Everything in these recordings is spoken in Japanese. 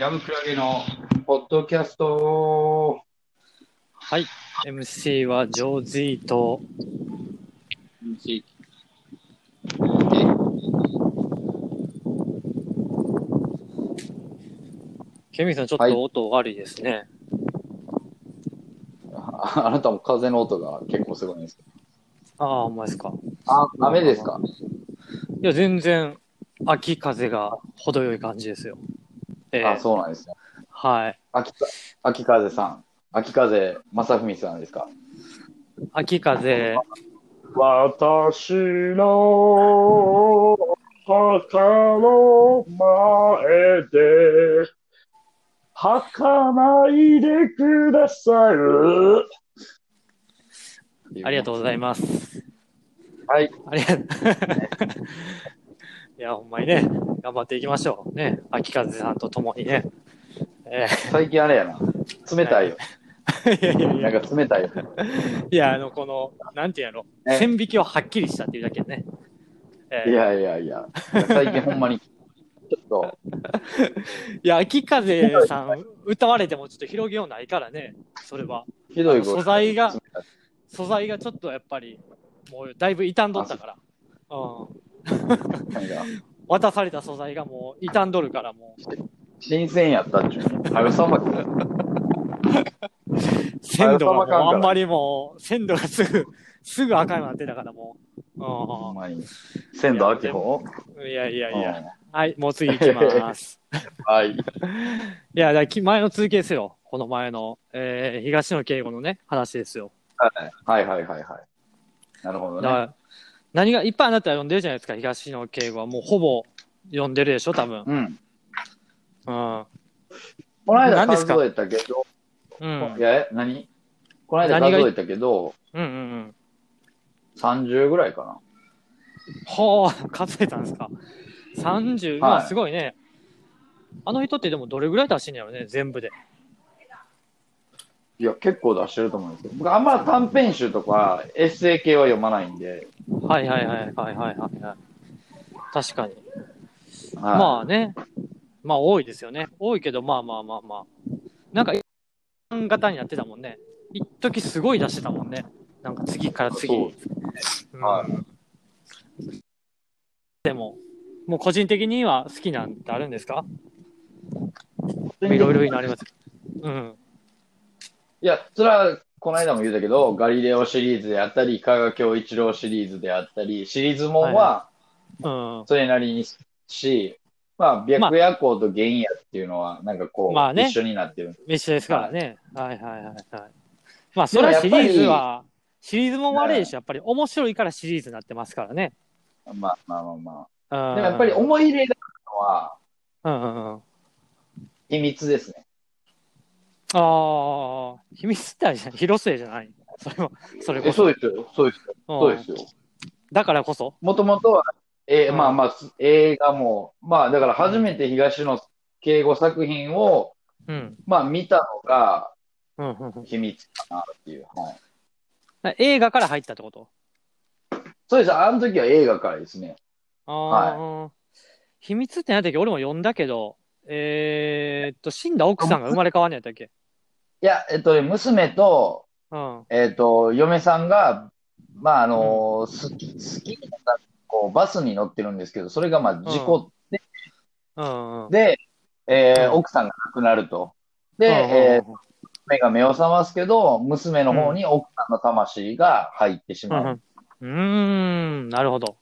ラブクラゲのポッドキャスト。はい、MC はジョージーと、ケミさんちょっはいと音悪いですね。ああなたも風の音が結構すごいんですけど。ああ、ほんまですか。あ、雨ですかいや、全然、秋風が程よい感じですよ。ええあ、そうなんですね。はい。秋か秋風さん。秋風正文さんですか秋風、私の墓の前で吐かないでくださる。ありがとうございまます。す。はい。ありが とう。いや、ほんまにね、頑張っていきましょう。ね、秋風さんと共 にね。え最近あれやな。冷たいよ。えいやいやいやなんか冷たいよ。いや、あの、この、なんていうんやろ、え線引きをはっきりしたっていうだけでね。ええいやいやいや。最近ほんまに。ちょっいや、秋風さん、歌われてもちょっと広げようないからね、それは。と、ひどいこと。素材が素材がちょっとやっぱり、もうだいぶ傷んどったから。うん、なんか渡された素材がもう傷んどるからもう新鮮やったっちゅうね。はよさばく。鮮度があかんからもうあんまりもう鮮度がすぐ すぐ赤になってたからもほんう、まに。鮮度秋穂うん、いやいやいいや、はいもう次行きます はい。いやだからき前の続きですよこの前の、えー東野敬吾のね話ですよはいはいはいはい。なるほどだねか。ら何がいっぱいあなたは読んでるじゃないですか東野敬吾はもうほぼ読んでるでしょ多分うん。うん、この間何です数かえたけど、うんい、や、え何この間何数がえたけど、うんうんうん。 30ぐらいかな。はあ、数えたんですか。30、まあすごいね。あの人ってでもどれぐらい出してんやろね、全部で。いや、結構出してると思うんですけど、僕あんま短編集とかエッセイ系は読まないんで、はいはいはいはいはいはい。はい確かに。はいまあね。まあ多いですよね。多いけど、まあまあまあまあ。なんか、一般型になってたもんね。一時すごい出してたもんね。なんか次から次そうに。うんでも、もう個人的には好きなんてあるんですかいろいろになります。うん。いや、それはこの間も言ったけど、ガリレオシリーズであったり、香川京一郎シリーズであったり、シリーズもんはうん。それなりにし、まあ、白夜行と原野っていうのは、なんかこう、まあね一緒になってる。一緒ですからね。はいはいはいはい。まあ、それはシリーズは、シリーズも悪いでしょ。やっぱり面白いからシリーズになってますからね。まあまあまあまうん。あ。でもやっぱり思い入れがあるのは、うんうんうん。秘密ですね。ああ、秘密ってあれじゃない広末じゃない。それも、それこえそ。そうですよ、そうですよ、そうですよ。だからこそ。もともとは、えーうんまあまあ、す映画も、まあだから初めて東野敬吾作品を、うん。まあ見たのがうんうんうん、秘密かなっていう。はい、映画から入ったってことそうです。あの時は映画からですね。ああ、秘密ってなったっけ俺も読んだけど、えー、っと、死んだ奥さんが生まれ変わんねやったっけいや、えっとね、娘と、うん。えっと、嫁さんが、まああのー好き、好きになったこう、バスに乗ってるんですけど、それがまあ事故うんうん。で、えーうん奥さんが亡くなると。で、えーうん目が目を覚ますけど、娘の方に奥さんの魂が入ってしまう。うんうん、うーん、なるほど。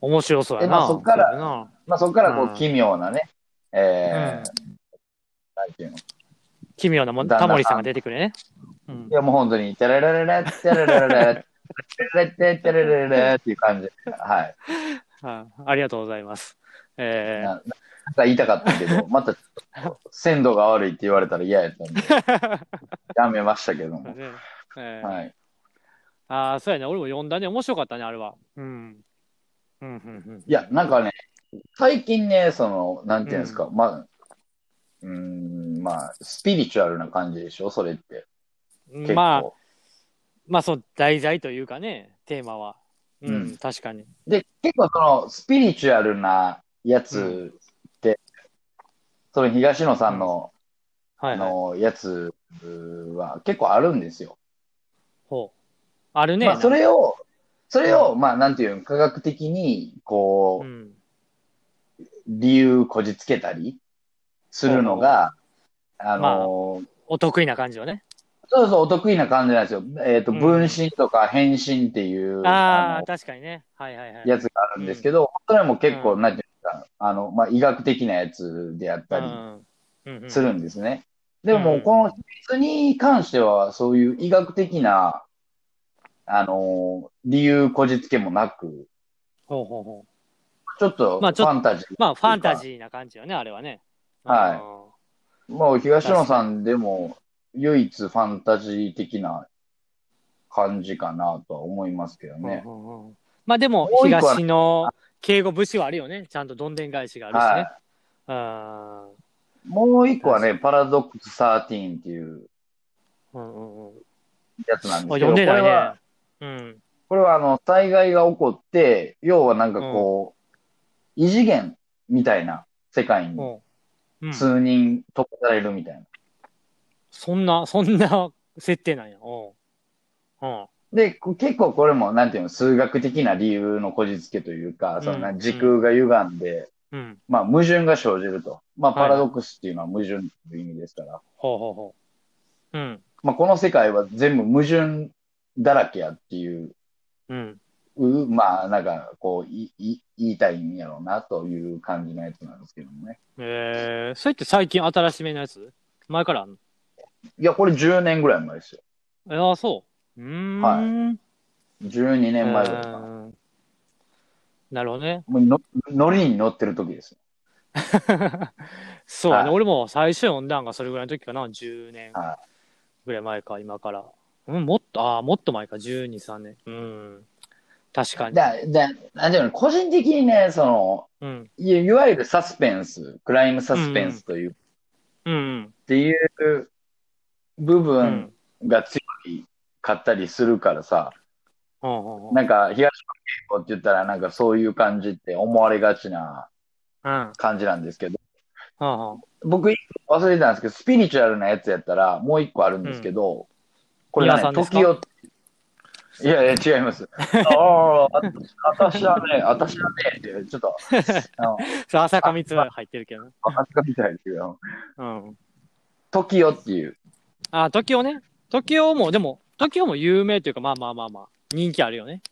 面白そうやえまな。あそっからそうやなまあ、そこからこうんう奇妙なね、えーなんていうのい奇妙なもん、旦那タさんモリさんが出てくるね。うん、やもう本当に、テレレレレ、テレレレレ、テレレテテレレレっていう感じ。はい。あありがとうございます。えななんか言いたかったけ ど、また、鮮度が悪いって言われたら嫌やったんで、 やめましたけどーも。ねえーはい。ああ、そうやね。俺も読んだね。面白かったね、あれは。うん。うん、うん、いや、なんかね、最近ね、その、なんていうんですか、まあ、うーん、まあ、スピリチュアルな感じでしょ、それって。う結構。ん。まあ、まあ、そう、題材というかね、テーマは。うん、うん確かに。で、結構そのスピリチュアルなやつって、その東野さんの、はい、あはい。のやつは結構あるんですよ。ほう。あるね。まあ、それを、それを、うまあ、なんていうの、科学的に、なんこかう、うん。理由こじつけたりするのが、あの、お得意な感じよね。そうそう、お得意な感じなんですよ。えっ、と、うん分身とか変身っていう、あああ、の確かにね。はいはいはい。やつがあるんですけど、それも結構、うなんていうか、あの、まあ、医学的なやつであったりうんうんするんですね。でもうんこの秘密に関しては、そういう医学的な、あの、理由こじつけもなく、ほうほうほう。ちょっとフまあちょっとァンタジーまあ、ファンタジーな感じよね、あれはね。はいうんもう東野さんでも唯一ファンタジー的な感じかなとは思いますけどね。うんうんうんまあでももう一個は東の敬語武士はあるよねちゃんとどんでん返しがあるしね、はあい。もう一個はね、パラドックス13っていうーうんうんうんやつなんですあけど、読んでこなれいは、ねうんこれはあの、災害が起こって、要はなんかこう、異次元みたいな世界にうんうん数人飛ばされるみたいな。そんなそんな設定なんやうんうんで、こ結構これも、なんていうの、数学的な理由のこじつけというか、そんうなん時空が歪んで、うんまあ矛盾が生じると。まあはいはパラいドックスっていうのは矛盾という意味ですから。ほうほうほううんまあこの世界は全部矛盾だらけやっていう、うんうまあなんかこういい言いたいんやろうなという感じのやつなんですけどもね。えー、それって最近新しめのやつ前からあんのいや、これ10年ぐらい前ですよ。えーあーそううーんはいい12年前ぐらいかな。なるほどねもうの乗りに乗ってる時ですよ。 そうね、はい俺も最初読んだんがそれぐらいの時かな、10年はぐらい前か、今から。うん、もっと、ああ、もっと前か、12、3年。うん。確かに。だ、だ、なんていうの、個人的にね、その、うん。いいわゆるサスペンス、クライムサスペンスという、っうん。ていう部うん。う分ん。が強いかったりするからさ、うん。うん。なんか、東野圭吾って言ったら、なんかそういう感じって思われがちなうん。感じなんですけど、うん。僕、一個忘れてたんですけど、スピリチュアルなやつやったら、もう一個あるんですけど、これが皆さね、んですか時を、いやいや、違い ます。ああ、私はね、私はね、ってちょっと、あの、そう、朝霞三つ入ってるけどね。私がみたいですけど、うん。時をっていう、ああ、時をね。時をも、でも、時をも有名というか、まあまあまあまあ、人気あるよね。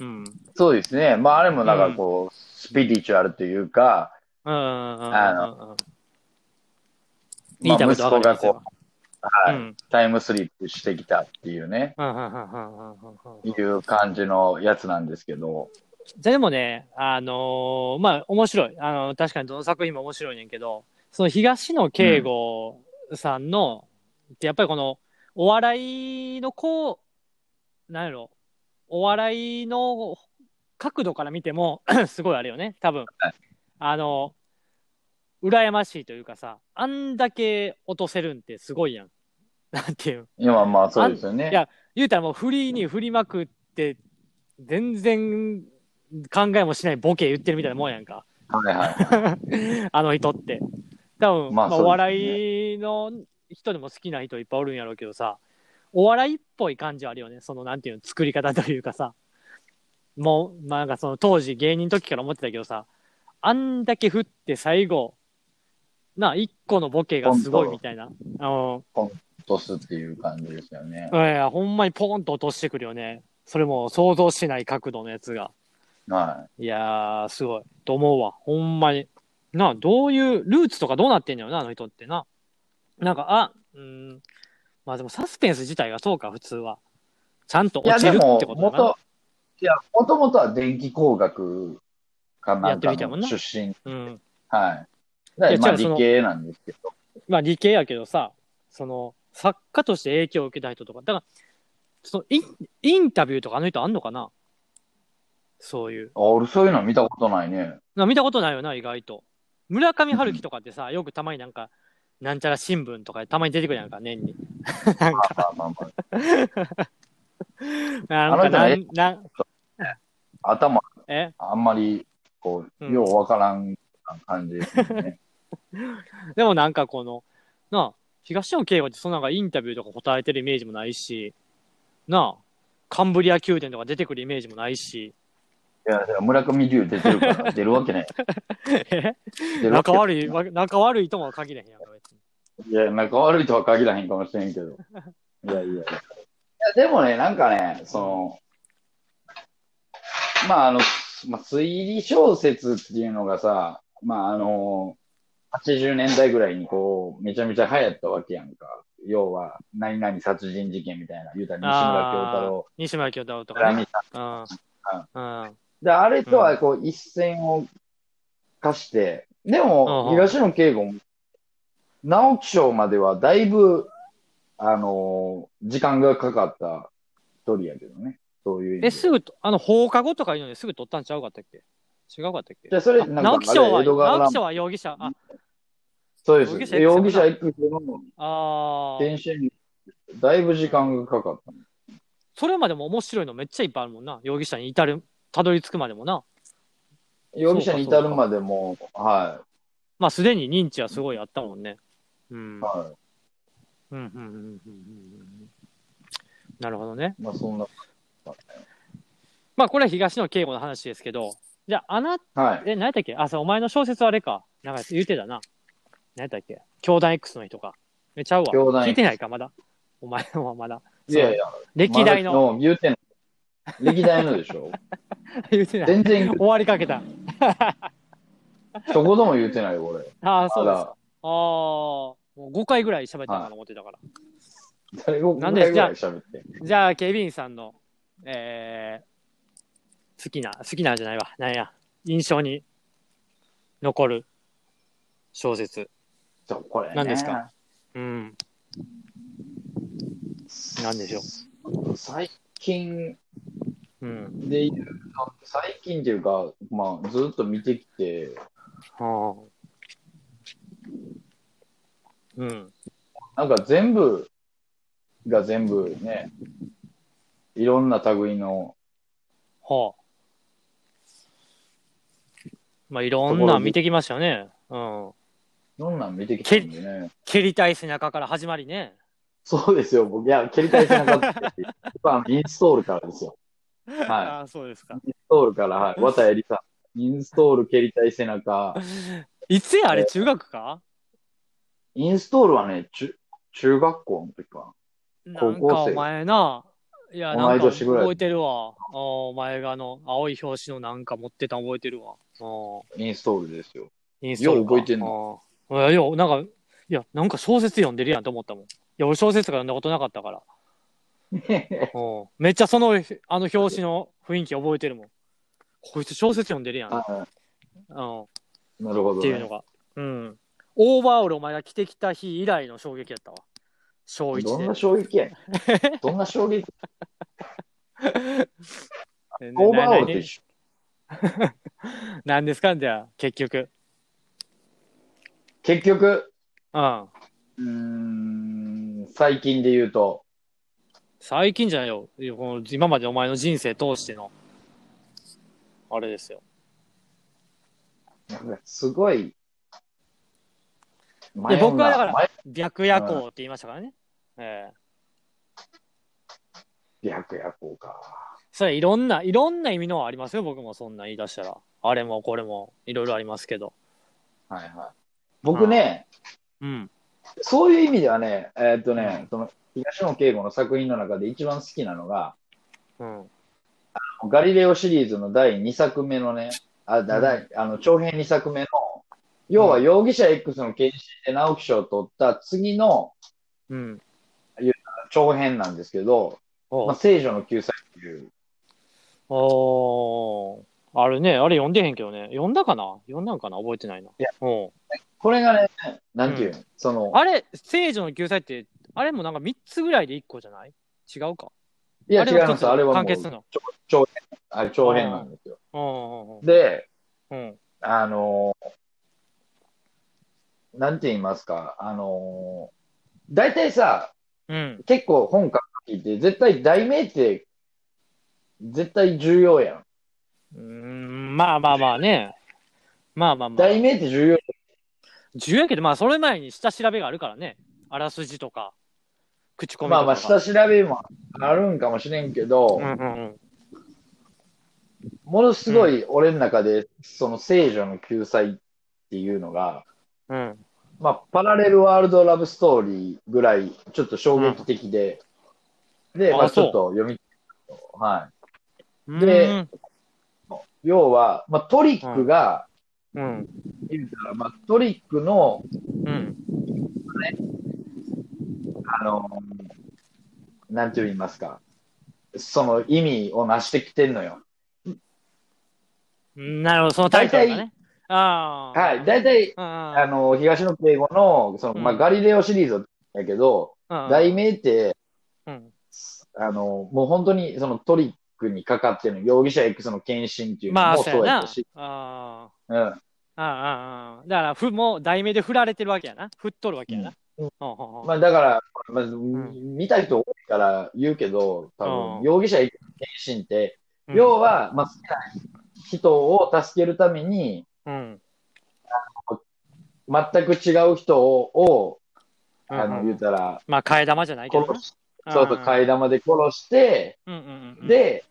うん。そうですね、まあ、あれもなんかこう、スピリチュアルというか、うんうんうんうんうん。あの、ま言あいたいことわかります息子がよ。はうい、ん。タイムスリップしてきたっていうね、うんうんうんうんうんうんうん。いう感じのやつなんですけど、でもね、あのーまあ、面白い。あの確かにどの作品も面白いねんけど、その東野圭吾さんの、ってやっぱりこの、お笑いのこう、なんやろ、お笑いの角度から見ても、 すごいあれよね、多分。あの、羨ましいというかさ、あんだけ落とせるんってすごいやん。なんていうん今まあそうですよいやね。言うたらもうフリーに振りまくって、全然考えもしないボケ言ってるみたいなもんやんか。 はいはい。あの人って。多分、ままああそうですねお笑いの人でも好きな人いっぱいおるんやろうけどさ、お笑いっぽい感じはあるよね。その、なんていうの、作り方というかさ。もう、まあ、なんかその当時芸人の時から思ってたけどさ、あんだけ振って最後、なあ、一個のボケがすごいみたいな。うん。落とすっていう感じですよね い。やいや、ほんまにポーンと落としてくるよね。それも想像しない角度のやつが。はいやー、すごい。と思うわ。ほんまに。なあ、どういう、ルーツとかどうなってんのよな、あの人ってな。なんか、あ、うん。まあでもサスペンス自体がそうか、普通は。ちゃんとい。いや、落ちでるもって、ことだな元。、いや、もともとは電気工学かなんかやってみたもんのな出身。うん。はい。だからいやまあ違うそ理の系なんですけど。まあ理系やけどさ、その、作家として影響を受けた人とか。だから、そのイン、インタビューとかあの人あんのかなそういう。あ、俺そういうの見たことないね。な見たことないよな、意外と。村上春樹とかってさ、よくたまになんか、なんちゃら新聞とかでたまに出てくるやんか、年に。なんまか、あまあまあまなんかなあのん、なん、あ、頭えあんまり、こう、うんようわからん感じですね。でもなんかこの、なあ、東野圭吾ってそのなんかインタビューとか答えてるイメージもないし、なあ、カンブリア宮殿とか出てくるイメージもないし、いや、だから村上龍出てるから、出るわけない。 え出るわけ仲ない悪いわ、仲悪いとも限れへんやんか、別に。いや、仲悪いとは限らへんかもしれんけど。いやいやいや。いやでもね、なんかね、その、まああの、まあ、推理小説っていうのがさ、まああの、80年代ぐらいにこう、めちゃめちゃ流行ったわけやんか。要は、何々殺人事件みたいな、言うたら西村京太郎、西村京太郎と村か上ね。さんうん。うん。で、あれとはこう、一線を課して、でも、うんうん東野圭吾も、直木賞まではだいぶ、あのー時間がかかった一人やけどね。そういう意味で。え、すぐと、あの、放課後とかいうのにすぐ取ったんちゃうかったっけ違うかったっけじゃあそれ、なんか直木賞あは、れ江戸川直乱木賞は容疑者。あ、そうです。容容疑疑者者 X のあー転身に、だいぶ時間がかかった。それまでも面白いのめっちゃいっぱいあるもんな。容疑者に至る、たどり着くまでもな。容疑者に至るまでも、はまあ、すでに認知はすごいあったもんね。うんい。。はうんうんうんうんうんうんなるほどね。い。まあ、そんな。まあ、これは東野圭吾の話ですけど、じゃあ、あな、はい。え、何やったっけあ、そう、お前の小説はあれか。なんか言うてたな。何やったっけ教団 X の人か。え、ちゃうわ。教団 X 聞いてないか、まだ。お前のはまだ。いやいや、歴代まの。だ言うてんの。歴代のでし ょ。言うてない。全然言う終わりかけた。一言も言うてないよ、俺。ああ、そうです。まだああー、もう5回ぐらい喋ったかな思ってたから。誰をなんでじゃあ喋って。じゃあ、警備員さんの、えー、好きな、好きなんじゃないわ。なんや、印象に残る小説。そう、これ、ね。何ですかうん。何でしょ最近う。うん。で言うと、最近っていうか、まあ、ずっと見てきて、はあ。うん。なんか全部が全部ね、いろんな類の、はあ。まあ、いろんな見てきましたよね。うん。いろんなん見てきたんでね。蹴りたい背中から始まりね。そうですよ、僕、いや、蹴り返せなかった し、やっぱインストールからですよ。はああ、そうですか。い。インストールから、はい。綿谷りさん。インストール蹴り返せなか。いつや、あれ、中学かインストールはね、中、中学校の時かな。なんか高校お生前な、いや、同ないんか年ぐらい覚えてるわ。あーお前があの、青い表紙のなんか持ってたの覚えてるわ。あーインストールですよ。インストールかよう覚えてんの。あーいや、ようなんか、いや、なんか小説読んでるやんと思ったもん。いや、俺小説とか読んだことなかっ たから。うんめっちゃその、あの表紙の雰囲気覚えてるもん。こいつ小説読んでるやん。はうん、っいなるほど、ていうのね。が。うん。オーバーオールお前が着てきた日以来の衝撃やったわ。小1どんでな。衝撃 やねんどんな衝撃ねオーバーオールと一緒。何ですかじゃあ、結局。結局、うん。うーん、最近で言うと、最近じゃないよ。いやこの今までお前の人生通しての、あれですよ。なんかすごい、迷うなや僕はだから迷白夜行って言いましたからね。ええう白夜行か。それいろんな、いろんな意味のはありますよ。僕もそんなん言い出したら。あれもこれも、いろいろありますけど。はいはい。僕ね、うん。そういう意味ではね、えーっとね、その、東野圭吾の作品の中で一番好きなのが、うん。ガリレオシリーズの第2作目のね、あ、だ、だい、あの、長編2作目の、要は容疑者 X の検診で直木賞を取った次のうん。長編なんですけど、まおあ、聖女の救済っていう、おーあれね、あれ読んでへんけどね。読んだかな読んだんかな覚えてないな。いやうん。これがね、なんていうの、その、あれ、聖女の救済って、あれもなんか3つぐらいで1個じゃない違うかいや違い一まつす、あれは完もう結す、るの。あれ長編なんですよ。うんで、うんうん。うん。あのーなんて言いますか、あのー、大体さ、うん。結構本書くときって、絶対題名って、絶対重要やん。うーんまあまあまあね。まあまあまあ。題名って重要重要やけど、まあ、それ前に下調べがあるからね。あらすじとか、口コミとか。まあまあ、下調べもあるんかもしれんけど、うんうんうん。ものすごい俺の中で、その聖女の救済っていうのが、うん。まあ、パラレルワールドラブストーリーぐらい、ちょっと衝撃的で、で、あまあ、ちそうょっと読み、はでで、い。要は、まあ、トリックが、うん。言うたら、まあ、トリックの、うん。あの、なんて言いますか、その意味を成してきてんのよ。なるほど、そのタイトルがね。ああ。はい。大体、ああの、東野敬吾の、その、まあ、うんガリレオシリーズだけど、の題名って、うん。あの、もう本当にそのトリックにかかってる容疑者 X の献身っていうのまあ、もそうそうややっなたし、。あうあ。ん。ああああああ。だから、ふ、もう題名で振られてるわけやな。振っとるわけやな。うんほうほうほうまあだから、まあん見た人多いから言うけど、多う分ん容疑者 X の献身って、うん要は、まあ、好きな人を助けるために、うん。全く違う人を、をあうんうの、ん言ったら、まあ、替え玉じゃないけどな。殺し、そうそう、え。替え玉で殺して、うんうんうん。、で、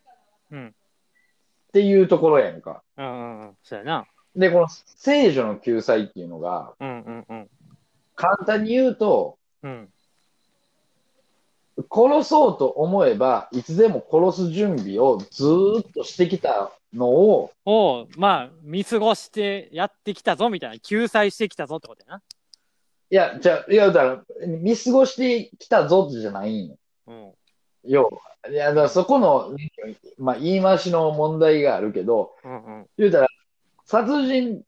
うんっていうところやんか。うんうん。そうやな。で、この聖女の救済っていうのが、うんうんうん。簡単に言うと、うん。殺そうと思えば、いつでも殺す準備をずーっとしてきたのを、を、まあ、見過ごしてやってきたぞみたいな。救済してきたぞってことやな。いや、じゃあいや、だから、見過ごしてきたぞじゃないんようん。要は。いや、だからそこの、まあ、言い回しの問題があるけど、うんうん。言うたら、殺人、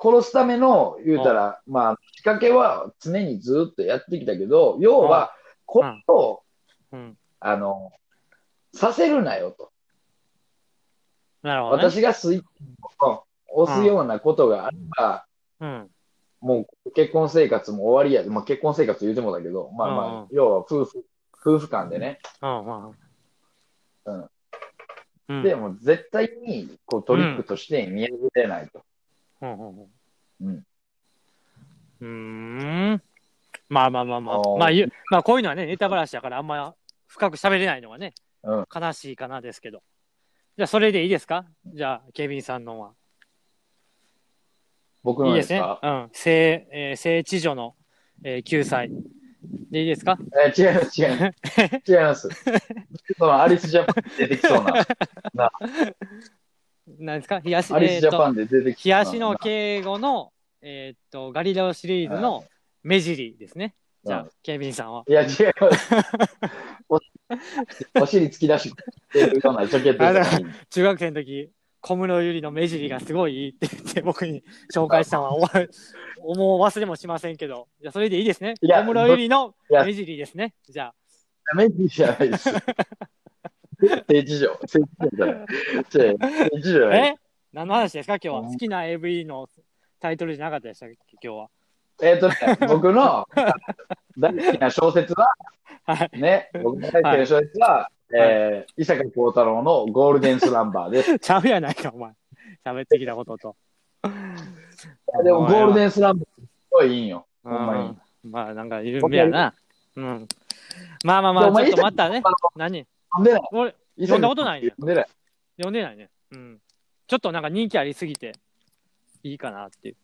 殺すための、言うたら、まあ、仕掛けは常にずっとやってきたけど、要は、これを、うん。あの、させるなよと。なるほど、ね。私がスイッチを押すようなことがあれば、うん。もう結婚生活も終わりや。まあ、結婚生活言うてもだけど、まあまうんあ、要は夫婦、夫婦間でね。うんうん。うんうん。で、もう絶対にこうトリックとして見破れないと。うんうんううんん。うーん。まあまあまあまああ。ーまあ、ゆまあ、こういうのはね、ネタばらしだから、あんま深く喋れないのがね、うん悲しいかなですけど。じゃあ、それでいいですかじゃあ、ケビンさんのは。僕いいのでですすね。かうん。性、えー、性知女の、えー救済。でいいですかえ違います、違います。違います。そのアリスジャパンで出てきそう な、何ですか東アリスジャパンで出てきそうな。東野敬吾の、えーっと、ガリレオシリーズの目尻ですね。じゃうあ、ケビンさんは。いや、違います。お お尻突き出してるようなジャケットとかに中学生の時小室友里の目尻がすごいいいって言って僕に紹介したのはおわ思う忘れもしませんけどじゃあそれでいいですねいや小室友里のいや目尻ですねじゃあダメージじゃないです。政治上、政治上じゃない。違う政治上じゃない。え何の話ですか今日はうん好きな AV のタイトルじゃなかったでしたっけ今日はえっ、とね、僕の大好きな小説は、はいね、僕の大好きな小説は、えー伊坂幸太郎のゴールデンスランバーです。ちゃうやないかお前喋ってきたこととでもゴールデンスランバーすごいいいんよ。ほんまに。うんまあなんか有名やなうんまあまあまあお前ちょっとまたねあの何読んでない。俺伊読ん坂だことないね読んでない。読んでないねうんちょっとなんか人気ありすぎていいかなっていう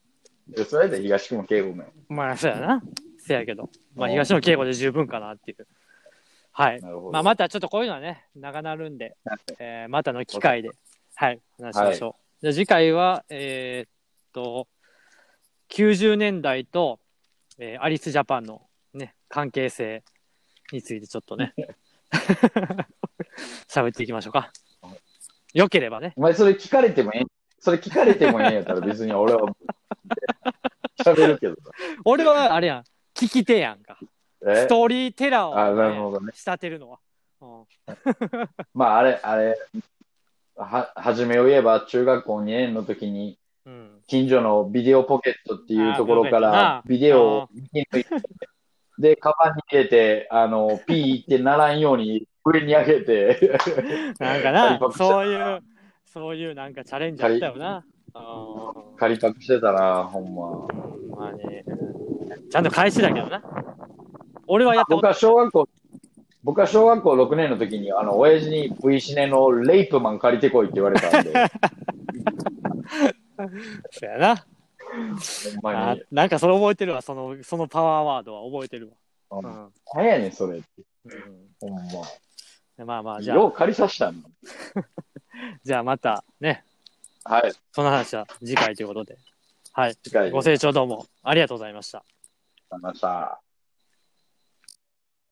いやそれで東君も敬語め。まあ、そうやな。せやけど。まあ、うん東野敬吾で十分かなっていう。はい。なるほど。まあ、またちょっとこういうのはね、長なるんで、えーまたの機会で、はい、話しましょう。じゃあ次回は、えーっと、90年代と、えーアリスジャパンのね、関係性についてちょっ とね、喋っていきましょうか。よければね。お前それ聞かれてもええ。それ聞かれてもええんやったら別に俺 は。喋るけど。俺は、あれやん、聞き手やんか。えストーリーテラーあ、なるをほね、どね。仕立てるのは。うんまあ、あれ、あれ、は、はじめを言えば、中学校2年の時に、うん、近所のビデオポケットっていうところかあら、ービビデデオオポを引き抜いて、で、カバンに入れて、あの、ピーってならんように、上に上げて、なハんかリなパク、したそういう、そういうなんかチャレンジあったよな。あ借り隠してたら、ほんま。ーまあね。ちゃんと返してたけどな。俺はやったこ僕とは小学校、僕は小学校6年の時に、あの、親父に V シネのレイプマン借りてこいって言われたん で、そうやな。ほんまあに。なんかそれ覚えてるわ。その、そのパワーワードは覚えてるうわ。んうん何やねん、それ。うんほんま。でまあまあ、じゃよあ、う借りさせたの。じゃあまたね、はい。その話は次回ということで。はい。次回、ご清聴どうもありがとうございました。ました。